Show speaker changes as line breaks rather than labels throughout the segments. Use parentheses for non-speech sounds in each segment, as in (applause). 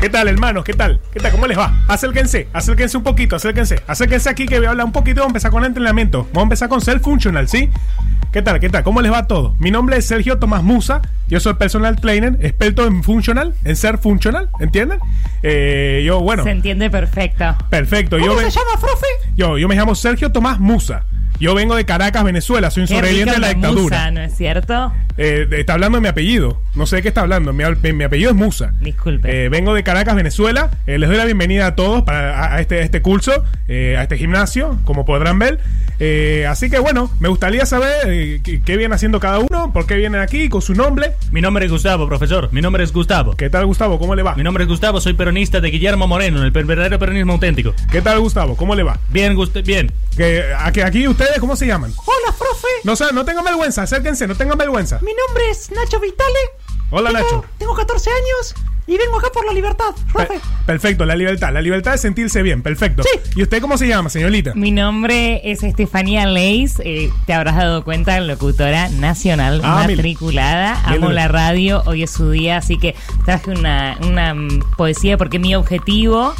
¿Qué tal, hermanos? ¿Qué tal? ¿Qué tal? ¿Cómo les va? Acérquense, acérquense un poquito, acérquense. Acérquense aquí que voy a hablar un poquito. Vamos a empezar con el entrenamiento. Vamos a empezar con Self Functional, ¿sí? ¿Qué tal? ¿Qué tal? ¿Cómo les va a todos? Mi nombre es Sergio Tomás Musa. Yo soy personal trainer, experto en functional, en ser functional, ¿entienden? Eh, yo, bueno,
Se entiende perfecto.
perfecto. yo
¿Cómo
ven-
se llama, profe?
Yo, yo me llamo Sergio Tomás Musa. Yo vengo de Caracas, Venezuela. Soy un
Qué rico
sobreviviente de la
la
dictadura.
musa, ¿no es cierto?
Eh, está hablando de mi apellido. No sé de qué está hablando. Mi, al- mi apellido es Musa.
Disculpe.
Eh, vengo de Caracas, Venezuela. Eh, les doy la bienvenida a todos para, a, a este, a este curso, eh, a este gimnasio, como podrán ver. Eh, así que bueno, me gustaría saber eh, qué, qué viene haciendo cada uno, por qué vienen aquí, con su nombre.
Mi nombre es Gustavo, profesor. Mi nombre es Gustavo.
¿Qué tal, Gustavo? ¿Cómo le va?
Mi nombre es Gustavo, soy peronista de Guillermo Moreno, el per- verdadero peronismo auténtico.
¿Qué tal, Gustavo? ¿Cómo le va?
Bien, Gust- bien.
Que, aquí, aquí ustedes, ¿cómo se llaman?
Hola, profe.
No, sé, no tengan vergüenza, acérquense, no tengan vergüenza.
Mi nombre es Nacho Vitale.
Hola,
Tengo-
Nacho.
Tengo 14 años y vengo acá por la libertad, profe.
Pe- perfecto, la libertad. La libertad es sentirse bien, perfecto.
Sí.
¿Y usted cómo se llama, señorita?
Mi nombre es Estefanía Leis, eh, te habrás dado cuenta, locutora nacional,
Ah, mira.
matriculada,
Mira,
amo
mira.
la radio, hoy es su día, así que traje una, una, mm, poesía porque mi objetivo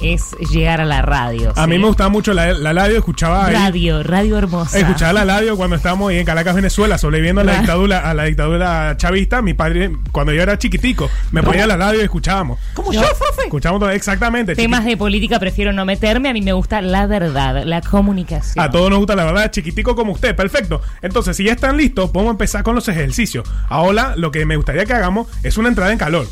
es llegar a la radio.
A
¿sí?
mí me gustaba mucho la, la radio, escuchaba ahí-
Radio, radio hermosa.
Escuchaba la radio cuando estábamos ahí en Caracas, Venezuela, sobreviviendo a la
Ra-
dictadura, a la dictadura chavista. Mi padre, cuando yo era chiquitico, me ponía la radio y escuchábamos.
Como
yo,
yo, profe.
Escuchábamos todo- exactamente.
Temas
chiqui-
de política prefiero no meterme, a mí me gusta la verdad, la comunicación.
A todos nos gusta la verdad, chiquitico como usted, perfecto. Entonces, si ya están listos, podemos empezar con los ejercicios. Ahora, lo que me gustaría que hagamos es una entrada en calor.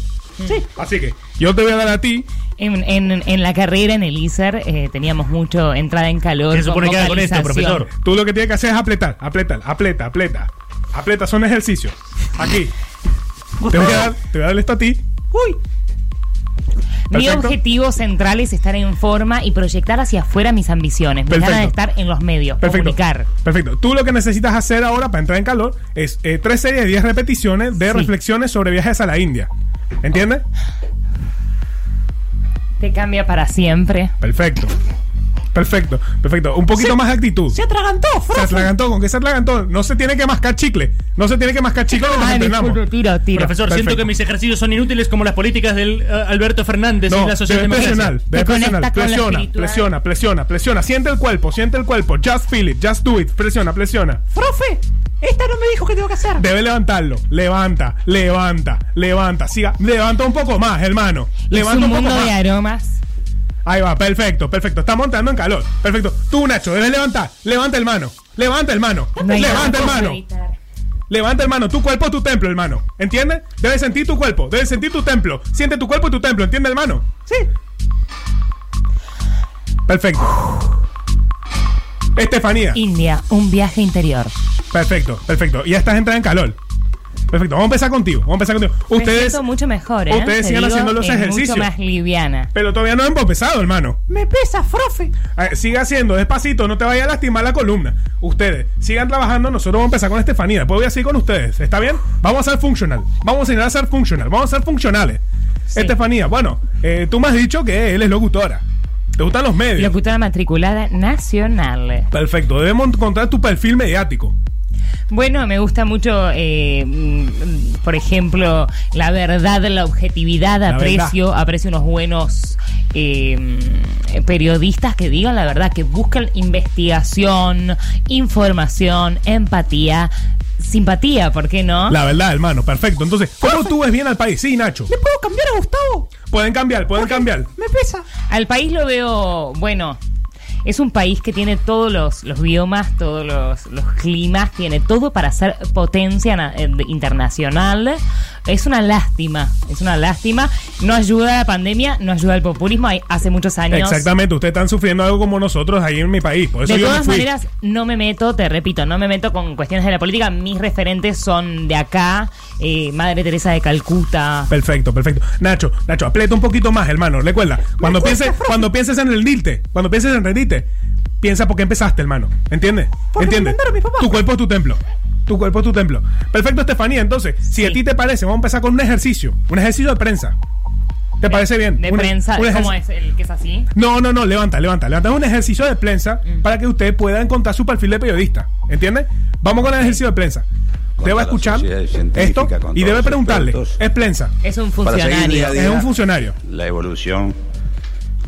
Sí.
Así que yo te voy a dar a ti
En, en- en la carrera, en el ISER, eh, teníamos mucho entrada en calor.
¿Qué se supone que haga con esto,
vocalización.
profesor?
Tú lo que tienes que hacer es apretar, apretar, apleta, apleta. Apleta, son ejercicios. Aquí. Te voy a dar, te voy a dar esto a ti.
Uy,
Mi
Perfecto.
objetivo central es estar en forma y proyectar hacia afuera mis ambiciones. Mi
Perfecto.
ganas de estar en los medios,
Perfecto.
comunicar.
Perfecto. Tú lo que necesitas hacer ahora para entrar en calor es eh, tres series de 10 repeticiones de
Sí.
reflexiones sobre viajes a la India. ¿Entiendes?
Te cambia para siempre.
Perfecto. Perfecto. Perfecto. Un poquito
Sí.
más de actitud.
se atragantó,
Se
profe.
atragantó, con que se atragantó. No se tiene que mascar chicle. No se tiene que mascar chicle cuando
Ay,
entrenamos.
Ah, disculpe, tiro, tiro.
Profesor,
perfecto.
siento que mis ejercicios son inútiles como las políticas del eh, Alberto Fernández
No,
y la
debes presionar,
socialdemocracia.
debes
Te
presionar.
conecta con lo
Presiona,
espiritual.
presiona, presiona, presiona. Siente el cuerpo, siente el cuerpo. Just feel it, just do it. Presiona, presiona.
Profe, esta no me dijo que tengo que hacer.
Debe levantarlo. Levanta, levanta, levanta. Siga, levanta un poco más, hermano.
Es un
Levanta un poco
mundo de
más.
aromas.
Ahí va, perfecto, perfecto. Estamos entrando en calor. Perfecto. Tú, Nacho, debes levantar. Levanta, hermano. Levanta, hermano.
No hay
Levanta,
nada que
hermano.
evitar.
Levanta, hermano, tu cuerpo, tu templo, hermano. ¿Entiendes? Debes sentir tu cuerpo, debes sentir tu templo. Siente tu cuerpo y tu templo, ¿entiendes, hermano?
Sí.
Perfecto. Estefanía.
India, un viaje interior.
Perfecto, perfecto. Ya estás entrando en calor. Perfecto, vamos a empezar contigo. Vamos a empezar contigo.
Me
Ustedes,
siento mucho mejor, ¿eh?
ustedes
Te
sigan
digo,
haciendo los
es
ejercicios.
Mucho más liviana.
pero todavía no hemos empezado, hermano.
Me pesa, profe.
A ver, Sigue Ah, haciendo despacito, no te vaya a lastimar la columna. Ustedes sigan trabajando, nosotros vamos a empezar con Estefanía. Después voy a seguir con ustedes, ¿está bien? Vamos a ser functional. Vamos a enseñar a ser functional. Vamos a ser funcionales.
Sí.
Estefanía, bueno, eh, tú me has dicho que él es locutora. ¿Te gustan los medios?
Locutora matriculada nacional.
Perfecto, debemos encontrar tu perfil mediático.
Bueno, me gusta mucho, eh, mm, por ejemplo, la verdad, la objetividad,
La
aprecio, aprecio unos buenos eh, mm, periodistas que digan la verdad, que buscan investigación, información, empatía, simpatía, ¿por qué no?
La verdad, hermano, perfecto. Entonces, ¿cómo tú ves bien al país? Sí, Nacho.
¿Le puedo cambiar a Gustavo?
Pueden cambiar, pueden cambiar.
Me pesa.
Al país lo veo, bueno, es un país que tiene todos los, los biomas, todos los, los climas, tiene todo para ser potencia na- eh, internacional. Es una lástima, es una lástima. No ayuda a la pandemia, no ayuda al populismo. Hay- hace muchos años.
Exactamente, ustedes están sufriendo algo como nosotros ahí en mi país. Por eso
De
yo me
todas
fui.
maneras, no me meto, te repito, no me meto con cuestiones de la política. Mis referentes son de acá, eh, Madre Teresa de Calcuta.
Perfecto, perfecto. Nacho, Nacho, aprieta un poquito más, hermano. Recuerda, cuando
cuesta,
pienses,
profe.
cuando pienses en rendirte, cuando pienses en rendirte, piensa por qué empezaste, hermano. ¿Entiendes?
Porque me
¿Entiendes?
mandaron mis papás.
Tu cuerpo es tu templo. Tu cuerpo es tu templo. Perfecto, Estefanía. Entonces, si a ti te parece, vamos a empezar con un ejercicio. Un ejercicio de prensa. ¿Te parece bien?
De
Un-
prensa,
un
¿cómo
ejerci-
es el que es así?
No, no, no, levanta, levanta, levanta. Es un ejercicio de
Mm.
prensa para que ustedes puedan contar su perfil de periodista. ¿Entiendes? Vamos con el ejercicio de prensa.
contra
deba
la
escuchar
sociedad científica,
esto
con
y
todos
debe
los
preguntarle.
expertos,
Es plensa.
Es un
para seguir día a
funcionario.
día
Es un funcionario.
La evolución.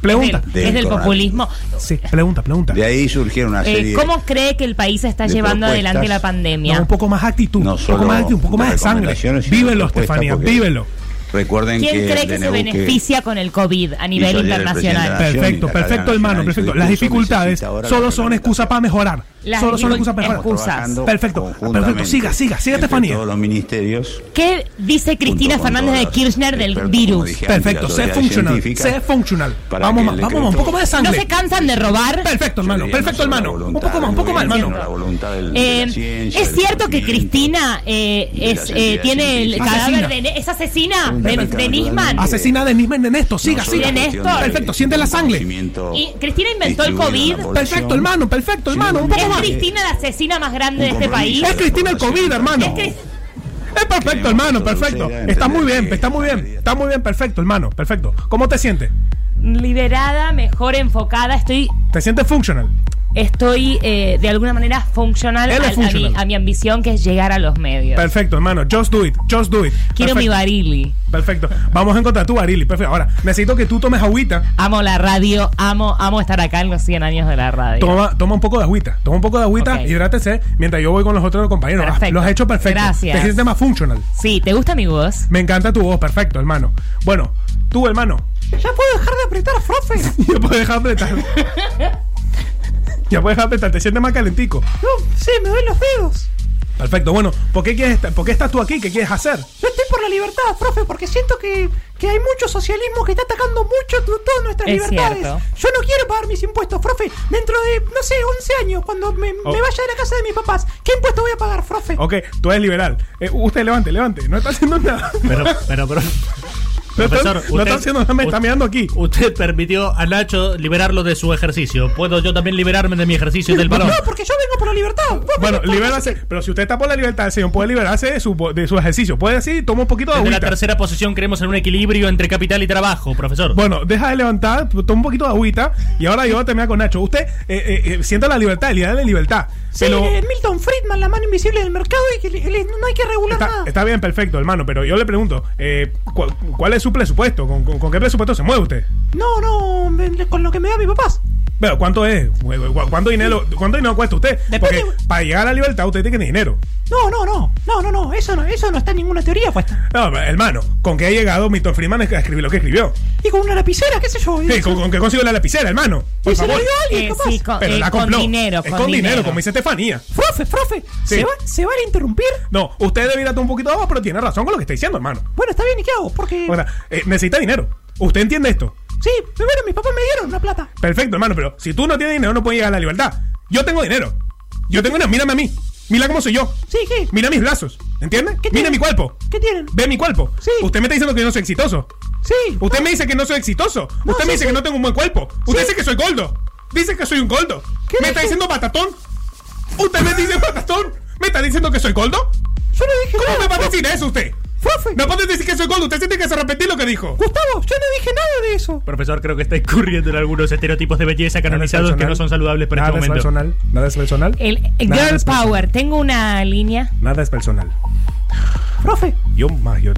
Pregunta.
Es del-
Del
es del
coronavirus.
populismo.
Sí, pregunta, pregunta.
De ahí surgieron una
Eh,
serie.
¿Cómo cree que el país está
de
llevando
propuestas.
adelante la pandemia?
No, un poco más actitud,
no
un
solo
poco más actitud, un poco más de sangre.
recomendaciones, sino
Vívelo,
propuestas,
Estefanía,
porque
vívelo.
Recuerden
¿Quién
que
cree
el
que se
DNU
beneficia con el COVID a nivel
hizo ayer el
internacional?
presidente Nación
Perfecto,
y la
perfecto,
cadena
hermano,
nacional y su
perfecto. Las
discurso
dificultades
necesita ahora
solo
la
son excusas para mejorar.
Las
Solo son excusas para
dificultades-
mejorar.
excusas.
Estamos trabajando
Perfecto,
conjuntamente
perfecto. Siga, siga, siga,
entre
Estefanía.
Todos los ministerios.
¿Qué dice Cristina
junto con
Fernández de
todas
Kirchner
las
del
expertas, como
virus?
dije antes,
Perfecto,
la
sé
autoridad
funcional,
científica,
sé funcional.
para
Vamos
que
más,
el
vamos más, un
decreto-
poco más de
¿No
sangre.
se cansan de robar?
Perfecto,
Yo
hermano,
diría,
perfecto,
no solo
hermano.
la
Un
voluntad
poco más, un
del
poco más,
gobierno,
hermano.
sino La voluntad del, de
Eh,
la ciencia,
¿Es
del
cierto que
conocimiento.
Cristina eh,
de la
es, eh,
científica
tiene el
científica.
cadáver de...
Asesina.
Ne- ¿Es asesina de,
Perfecto.
de Nisman?
Asesina.
Asesina de Nismen de Nesto, siga,
No solo
siga.
la cuestión
Néstor.
de-
Perfecto, siente la sangre.
conocimiento
Y Cristina inventó el
distribuido en la
COVID.
población,
Perfecto, hermano, perfecto,
sino
hermano, un poco
¿Es
más.
Cristina la asesina más grande de este país?
Es Cristina el COVID, hermano.
Es Cris-
Es perfecto, hermano, perfecto. Está muy bien, está muy bien, está muy bien, perfecto, hermano, perfecto. ¿Cómo te sientes?
Liberada, mejor enfocada, estoy
¿Te sientes functional?
estoy eh, de alguna manera funcional,
Él es
al- a,
funcional.
mi, a mi ambición que es llegar a los medios.
Perfecto, hermano. Just do it. Just do it.
Quiero mi
Perfecto,
barili.
Perfecto. Vamos a encontrar tu barili. Perfecto. Ahora, necesito que tú tomes agüita.
Amo la radio, amo, amo estar acá en los 100 años de la radio.
Toma, toma un poco de agüita. Toma un poco de agüita,
Ok.
hidrátese, mientras yo voy con los otros compañeros. Ah,
Perfecto.
Lo has hecho perfecto.
Gracias.
Te sientes más functional.
Sí, ¿te gusta mi voz?
Me encanta tu voz. Perfecto, hermano. Bueno, tú, hermano. (laughs)
Ya puedo dejar de apretar, profe.
Ya puedes dejar de
(laughs)
apretar. ya puedes dejar de apretar. Te sientes más calentico.
No, sí, me doy los dedos.
Perfecto. Bueno, ¿por qué, quieres estar- ¿por qué estás tú aquí? ¿Qué quieres hacer?
Yo estoy por la libertad, profe, porque siento que, que hay mucho socialismo que está atacando mucho tu- todas nuestras
Es
libertades.
cierto.
Yo no quiero pagar mis impuestos, profe. Dentro de, no sé, 11 años, cuando me, me
Oh.
vaya de la casa de mis papás, ¿qué impuesto voy a pagar, profe?
Ok, tú eres liberal. Eh, usted levante, levante. No está haciendo nada. (laughs) No
Pero, pero, pero.
está-
Profesor,
no está
usted-
haciendo nada. Me está
usted-
mirando aquí.
Usted permitió a Nacho liberarlo de su ejercicio. ¿Puedo yo también liberarme de mi ejercicio y del balón?
No, porque yo vengo por la libertad. Vos
Bueno,
venís por-
libérase. Pero si usted está por la libertad, el señor puede liberarse de su, de su ejercicio. Puede decir, toma un poquito de
Desde la
agüita.
tercera posición creemos en un equilibrio entre capital y trabajo, profesor.
Bueno, deja de levantar, toma un poquito de agüita. Y ahora yo voy a terminar con Nacho. Usted eh, eh, eh, sienta la libertad, el ideal de libertad.
Sí,
Pero
eh, Milton Friedman, la mano invisible del mercado, y que le- le- no hay que regular
está,
nada.
está bien, perfecto, hermano. Pero yo le pregunto, eh, ¿cuál, cuál es su presupuesto? ¿Con, con, con qué presupuesto se mueve usted?
No, no, me- con lo que me da mi papás.
Pero, ¿cuánto es? ¿Cuánto dinero, ¿Cuánto dinero cuesta usted? Porque
Depende-
para llegar a la libertad usted tiene que tener dinero.
No, no, no, no, no, no, eso no, eso no está en ninguna teoría puesta.
No, hermano, ¿con qué ha llegado Milton Freeman a escribir lo que escribió?
Y con una lapicera, qué sé yo.
Sí, ¿con, con qué consigo la lapicera, hermano? Por
y se lo
favor.
dio a alguien,
Eh,
capaz.
sí, con,
Pero
eh,
la
con
compró.
dinero,
es con dinero, como dice Estefanía.
Profe, profe,
Sí.
¿se, va, ¿se van a interrumpir?
No, usted debe ir a tomar un poquito de agua, pero tiene razón con lo que está diciendo, hermano.
Bueno, está bien, ¿y qué hago? Porque.
O sea, eh, necesita dinero. Usted entiende esto.
sí, pero bueno, mis papás me dieron una plata.
Perfecto, hermano, pero si tú no tienes dinero, no puedes llegar a la libertad. Yo tengo dinero. Yo tengo dinero. Mírame a mí. Mira cómo soy yo.
Sí, ¿qué?
Mira mis brazos. ¿Entiendes?
¿Qué
Mira
tiene?
mi cuerpo.
¿Qué tienen?
Ve mi cuerpo.
Sí.
Usted me está diciendo que yo no soy exitoso.
Sí.
Usted me dice que no soy exitoso.
No,
Usted me
sí,
dice
sí.
que no tengo un buen cuerpo. Usted
Sí.
dice que soy gordo. Dice que soy un gordo.
¿Qué
Me está
dijo?
diciendo patatón. Usted me dice patatón. ¿Me está diciendo que soy gordo?
Yo no dije
¿Cómo
nada.
me va a
profe.
decir eso usted?
Profe,
No puede decir que soy gordo. Usted tiene que repetir lo que dijo.
Gustavo, yo no dije nada de eso.
Profesor, creo que está incurriendo en algunos estereotipos de belleza canonizados que no son saludables para
nada
este
Es
momento.
personal, nada es personal.
El, el
Nada
Girl
es personal.
Power, tengo una línea.
Nada es personal.
Profe,
Yo más, yo.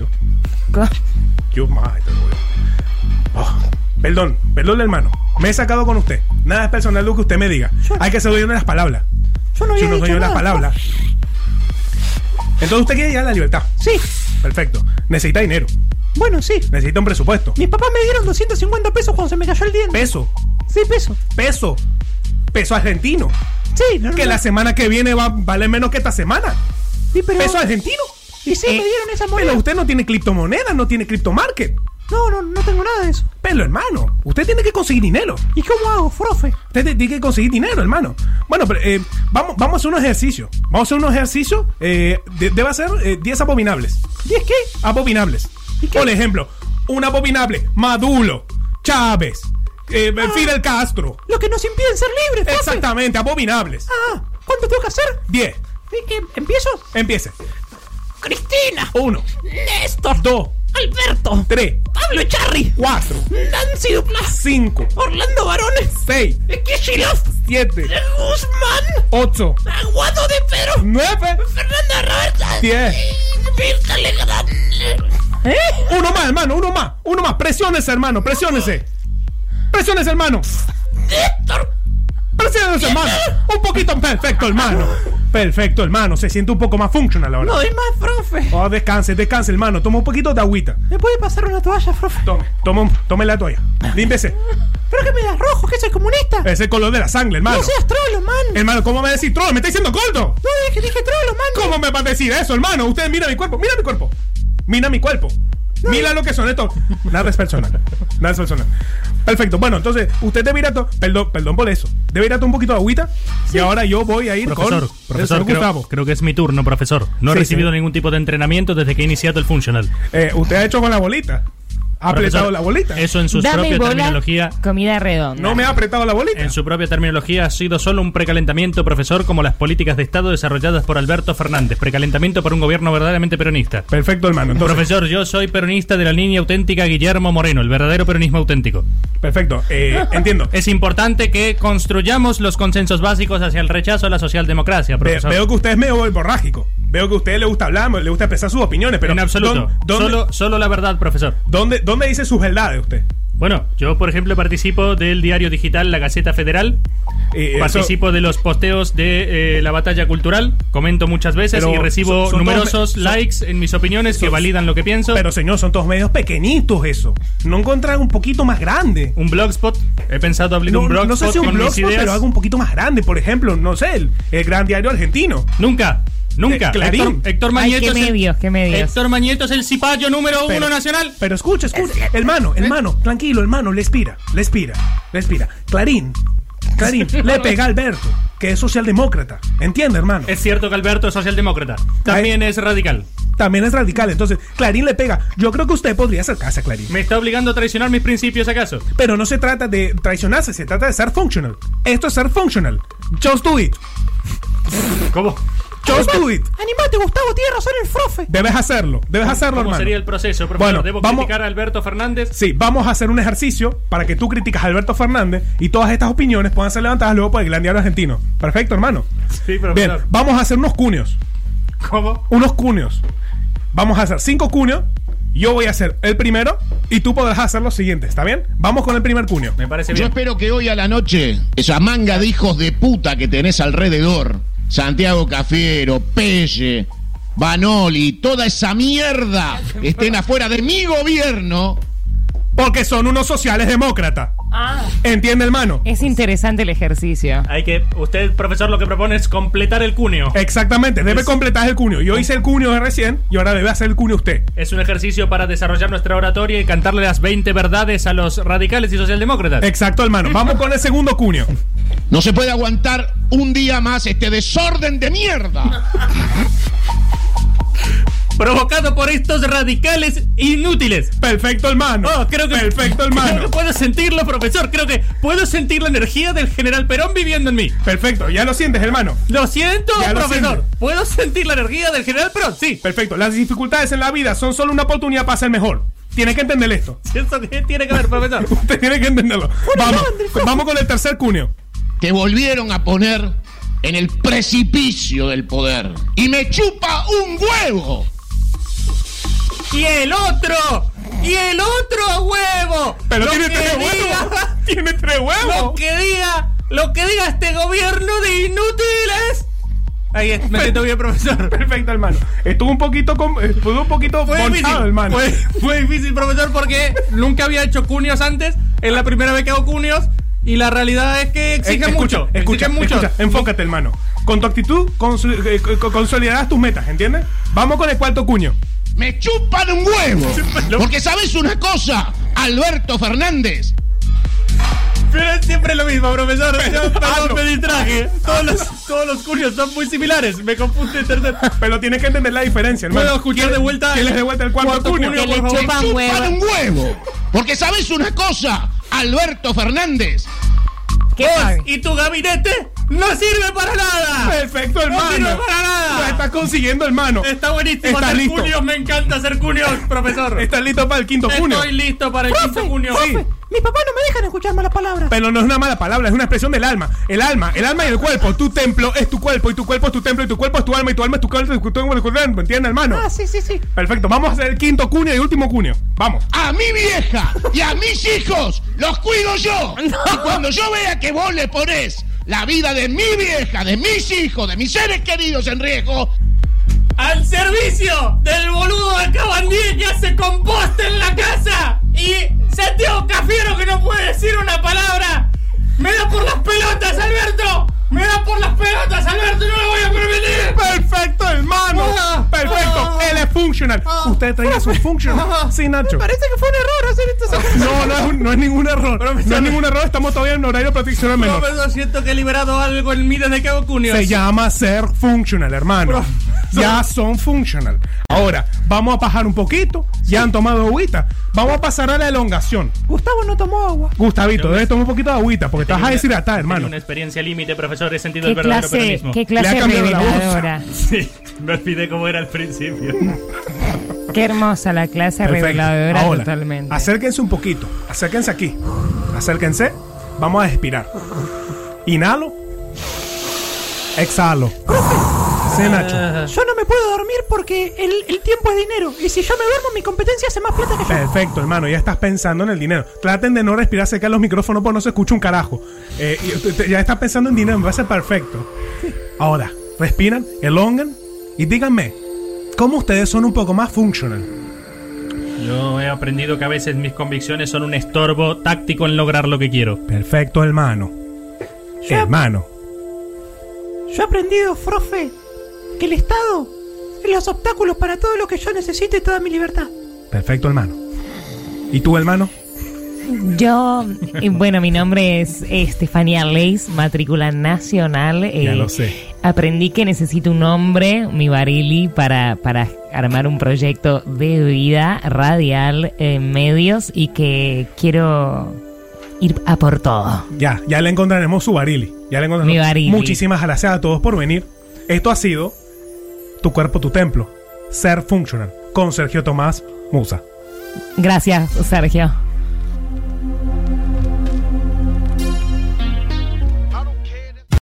Yo más, te lo voy a- Oh, Perdón, perdón, hermano. Me he sacado con usted. Nada es personal lo que usted me diga.
Yo-
Hay que ser dueño de las palabras.
yo
Si uno
no había
es
dicho
dueño de las
nada.
palabras. Entonces usted quiere llegar a la libertad.
Sí,
Perfecto. Necesita dinero.
bueno, sí.
Necesita un presupuesto.
Mis papás me dieron 250 pesos cuando se me cayó el diente.
Peso.
Sí, peso.
Peso. Peso argentino.
Sí, no, no,
Que
no.
la semana que viene va a valer menos que esta semana.
Sí, pero-
Peso argentino.
Y sí,
Eh,
me dieron esa moneda.
Pero usted no tiene criptomonedas, no tiene criptomarket.
No, no, no tengo nada de eso.
Pero hermano, usted tiene que conseguir dinero.
¿Y cómo hago, profe?
Usted te- tiene que conseguir dinero, hermano. Bueno, pero eh, vamos, vamos a hacer unos ejercicios. Vamos a hacer unos ejercicios. eh, de- debe hacer eh, 10 abominables.
¿Y es qué?
Abominables.
¿Y qué?
Por ejemplo, un abominable. Maduro, Chávez, eh,
Ah.
Fidel Castro.
Lo que nos impiden ser libres, profe.
Exactamente, abominables.
Ah, ¿cuánto tengo que hacer?
10.
¿Y qué? ¿Empiezo?
Empiece.
Cristina,
1,
Néstor,
2,
Alberto,
3,
Pablo Echarri,
4,
Nancy Duplas,
5,
Orlando Barones,
6,
Kishilov,
7,
Guzmán,
8,
Aguado de Perón,
Nueve. Diez.
¿Eh?
Uno más, hermano, uno más. Uno más. Presiónese, hermano, presiónese. Presiónese, hermano. Presiónese, hermano. Un poquito. Perfecto, hermano. Perfecto, hermano. Se siente un poco más functional ahora.
No hay más, profe.
Oh, descanse, descanse, hermano. Toma un poquito de agüita.
¿Me puede pasar una toalla, profe?
Tome, tome, un- tome la toalla. Límpese.
¿Pero que me das rojo? ¿Que soy comunista?
Es el color de la sangre, hermano.
No seas trolo, man.
Hermano, ¿cómo me decís troll? ¡Me está diciendo gordo!
No, dije, dije trolo, man.
¿Cómo me va a decir eso, hermano? Usted mira mi cuerpo, mira mi cuerpo. Mira mi cuerpo. Mira lo que son estos. Nada es personal. Nada es personal. Perfecto. Bueno, entonces, usted debe ir a to- Perdón, perdón por eso. Debe ir a to- un poquito de agüita. Y ahora yo voy a ir
Profesor,
con
profesor,
el señor
creo,
Gustavo.
creo que es mi turno, profesor. No he
Sí,
recibido
sí.
ningún tipo de entrenamiento desde que he iniciado el Functional.
Eh, usted ha hecho con la bolita. Ha apretado
Profesor,
la bolita.
Eso en su propia terminología.
comida redonda.
No me ha apretado la bolita.
En su propia terminología ha sido solo un precalentamiento, profesor, como las políticas de Estado desarrolladas por Alberto Fernández. Precalentamiento por un gobierno verdaderamente peronista.
Perfecto, hermano. Entonces,
Profesor, yo soy peronista de la línea auténtica Guillermo Moreno, el verdadero peronismo auténtico.
perfecto.
(laughs)
Eh, entiendo.
Es importante que construyamos los consensos básicos hacia el rechazo a la socialdemocracia,
Ve-
profesor.
veo que usted es medio borrágico. Veo que a usted le gusta hablar, le gusta expresar sus opiniones, pero.
en absoluto.
¿dón- ¿Dónde,
Solo, solo la verdad, profesor.
dónde- dónde dice sus verdades usted?
Bueno, yo, por ejemplo, participo del diario digital La Gaceta Federal.
Eh, eso-
Participo de los posteos de eh, la batalla cultural, comento muchas veces
Pero
y recibo
son- son
numerosos
todos me- son-
likes en mis opiniones que
son-
validan lo que pienso.
Pero señor, son todos medios pequeñitos eso. No encuentran un poquito más grande.
un blogspot, he pensado abrir
No,
un blogspot
no sé si un
con mis
blog,
ideas.
pero algo un poquito más grande. Por ejemplo, no sé, el, el gran diario argentino.
Nunca, nunca.
Eh, Clarín.
Héctor, Héctor
Ay,
Mañeto
qué
es el-
medios, qué medios.
Héctor Mañeto es el cipayo número
Pero-
uno nacional.
Pero escucha, escucha. Hermano, hermano, tranquilo, hermano, le expira, le expira, le expira. Clarín,
(laughs)
Clarín, le pega a Alberto, que es socialdemócrata. ¿Entiende, hermano?
Es cierto que Alberto es socialdemócrata. También es radical.
También es radical. Entonces, Clarín le pega. Yo creo que usted podría acercarse a Clarín.
¿Me está obligando a traicionar mis principios acaso?
Pero no se trata de traicionarse, se trata de ser functional. Esto es ser functional. Just do it.
¿Cómo?
Just do it.
Animate, Gustavo, tiene razón el profe.
Debes hacerlo, debes hacerlo,
¿Cómo
hermano.
sería el proceso, profesor?
Bueno,
¿Debo
vamos-
criticar a Alberto Fernández?
Sí, vamos a hacer un ejercicio para que tú criticas a Alberto Fernández y todas estas opiniones puedan ser levantadas luego por el gran diario argentino. Perfecto, hermano.
Sí,
Bien,
profesor.
vamos a hacer unos cuños.
¿Cómo?
Unos cuños. Vamos a hacer cinco cuños. Yo voy a hacer el primero y tú podrás hacer los siguientes, ¿está bien? Vamos con el primer cuño.
Me parece
Yo
bien.
espero que hoy a la noche esa manga de hijos de puta que tenés alrededor, Santiago Cafiero, Pelle, Banoli, toda esa mierda, estén afuera de mi gobierno.
Porque son unos sociales demócratas.
Ah, Eh.
¿Entiende, hermano?
es interesante el ejercicio.
Ah,
Hay que, usted, profesor, lo que propone es completar el cuneo.
Eh. Exactamente, debe completar el cuño. Yo hice el cuño de recién y ahora debe hacer el cuño usted.
Es un ejercicio para desarrollar nuestra oratoria y cantarle las 20 verdades a los radicales y socialdemócratas.
Exacto, hermano. Vamos con el segundo cuño.
No se puede aguantar un día más este desorden de mierda.
Provocado por estos radicales inútiles.
Perfecto, hermano.
Oh, creo que.
Perfecto,
Creo que (laughs)
hermano.
puedo sentirlo, profesor. Creo que puedo sentir la energía del general Perón viviendo en mí.
Perfecto, ya lo sientes, hermano.
Lo siento,
Ya lo
profesor.
siento.
Puedo sentir la energía del general Perón, sí. (laughs)
Perfecto, las dificultades en la vida son solo una oportunidad para ser mejor. Tiene que entender esto. (laughs)
Eso que tiene que ver, profesor.
Usted tiene que entenderlo. Vamos, vamos con el tercer cuño.
Te volvieron a poner en el precipicio del poder. Y me chupa un huevo.
¡Y el otro! ¡Y el otro huevo!
Pero
Lo
tiene
que
tres huevos. (laughs)
diga-
Tiene tres
Lo
huevos.
que diga, lo que diga este gobierno de inútiles. Ahí es, me siento bien, profesor.
Perfecto, hermano. Estuvo un poquito, con- estuvo un poquito
Fue difícil,
ponchado, hermano.
Fue, fue difícil, profesor, porque nunca había hecho cunios antes. Es la primera vez que hago cunios y la realidad es que
Eh,
exigen
escucha,
mucho.
Escucha,
exigen mucho.
escucha, enfócate, hermano. Con tu actitud cons- eh, co- consolidarás tus metas, ¿entiendes? Vamos con el cuarto cuño.
Me chupan un huevo. Porque sabes una cosa, Alberto Fernández.
Pero es siempre lo mismo, profesor. Yo,
Ah,
perdón,
no.
me distraje.
(laughs)
Todos los, todos los cunios son muy similares. Me confunde el tercer.
Pero tienes que entender la diferencia, hermano.
Puedo escuchar de vuelta.
¿Quieres de vuelta el cuarto, cuño?
Que
por
le
favor.
chupa un
Chupan
huevo.
un huevo. Porque sabes una cosa, Alberto Fernández.
¿Qué sabe?
y tu gabinete no sirve para nada.
Perfecto, hermano.
No sirve para nada.
estás consiguiendo, hermano.
Está buenísimo
¿Estás
hacer
listo?
cuños, me encanta hacer cuños, profesor.
¿Estás listo para el quinto junio?
Estoy listo para el quinto junio.
Profe, mis papás no me dejan escuchar malas palabras.
Pero no es una mala palabra, es una expresión del alma. El alma, el alma y el cuerpo. Tu templo es tu cuerpo y tu cuerpo es tu templo y tu cuerpo es tu alma y tu alma es tu cuerpo. y tu cuerpo es tu cuerpo. ¿Entiendes, hermano?
Ah, sí, sí, sí.
Perfecto, vamos a hacer el quinto cuneo y último cuneo. Vamos.
A mi vieja y a mis hijos los cuido yo. Y cuando yo vea que vos le pones la vida de mi vieja, de mis hijos, de mis seres queridos en riesgo,
¡Al servicio del boludo de Cabandí que hace compost en la casa! Y Santiago Cafiero que no puede decir una palabra. ¡Me da por las pelotas, Alberto! ¡Me da por las pelotas, Alberto! ¡No lo voy a permitir!
Perfecto, hermano.
Ah,
Perfecto.
ah,
Él es functional. Usted traía su functional. Sí, Nacho.
Parece que fue un error hacer esto.
No, no es, un- no es ningún error. No es
Profesor.
ningún error. Estamos todavía en horario protección al menor.
Profesor, siento que he liberado algo en mí desde que hago cuños.
Se llama ser functional, hermano. Ya son functional. Ahora, vamos a bajar un poquito. Ya han tomado agüita. Vamos a pasar a la elongación.
Gustavo no tomó agua.
Gustavito, debes tomar un poquito de agüita porque te vas a
Tenía-
deshidratar, hermano.
tenía una experiencia límite, profesor. He sentido
¿Qué
el verdadero
clase,
peronismo.
qué
Le
clase
ha cambiado la voz.
reveladora?
Sí, (laughs) me olvidé cómo era al principio.
Qué hermosa la clase
Perfecto.
reveladora
Ahora,
totalmente.
Acérquense un poquito. Acérquense aquí. Acérquense. Vamos a expirar. Inhalo. Exhalo. Sí, Nacho.
Yo no me puedo dormir porque el, el tiempo es dinero. Y si yo me duermo, mi competencia hace más plata que yo.
Perfecto, hermano. Ya estás pensando en el dinero. Traten de no respirar cerca de los micrófonos porque no se escucha un carajo. Eh, y te- te- ya estás pensando en dinero. Me va a ser perfecto. Ahora, respiran, elongan y díganme, ¿cómo ustedes son un poco más functional?
Yo he aprendido que a veces mis convicciones son un estorbo táctico en lograr lo que quiero.
Perfecto, hermano.
Yo-
Hermano.
Yo he aprendido, profe, que el Estado es los obstáculos para todo lo que yo necesito y toda mi libertad.
Perfecto, hermano. ¿Y tú, hermano?
Yo, eh, bueno, mi nombre es eh, Estefanía Leis, matrícula nacional. eh,
lo sé.
Aprendí que necesito un hombre, mi Barili, para, para armar un proyecto de vida radial eh, en medios y que quiero ir a por todo.
Ya, ya le encontraremos su barili. Ya le encontraremos.
Mi barili.
Muchísimas gracias a todos por venir. Esto ha sido Tu cuerpo, tu templo. Ser Functional. Con Sergio Tomás Musa.
Gracias, Sergio.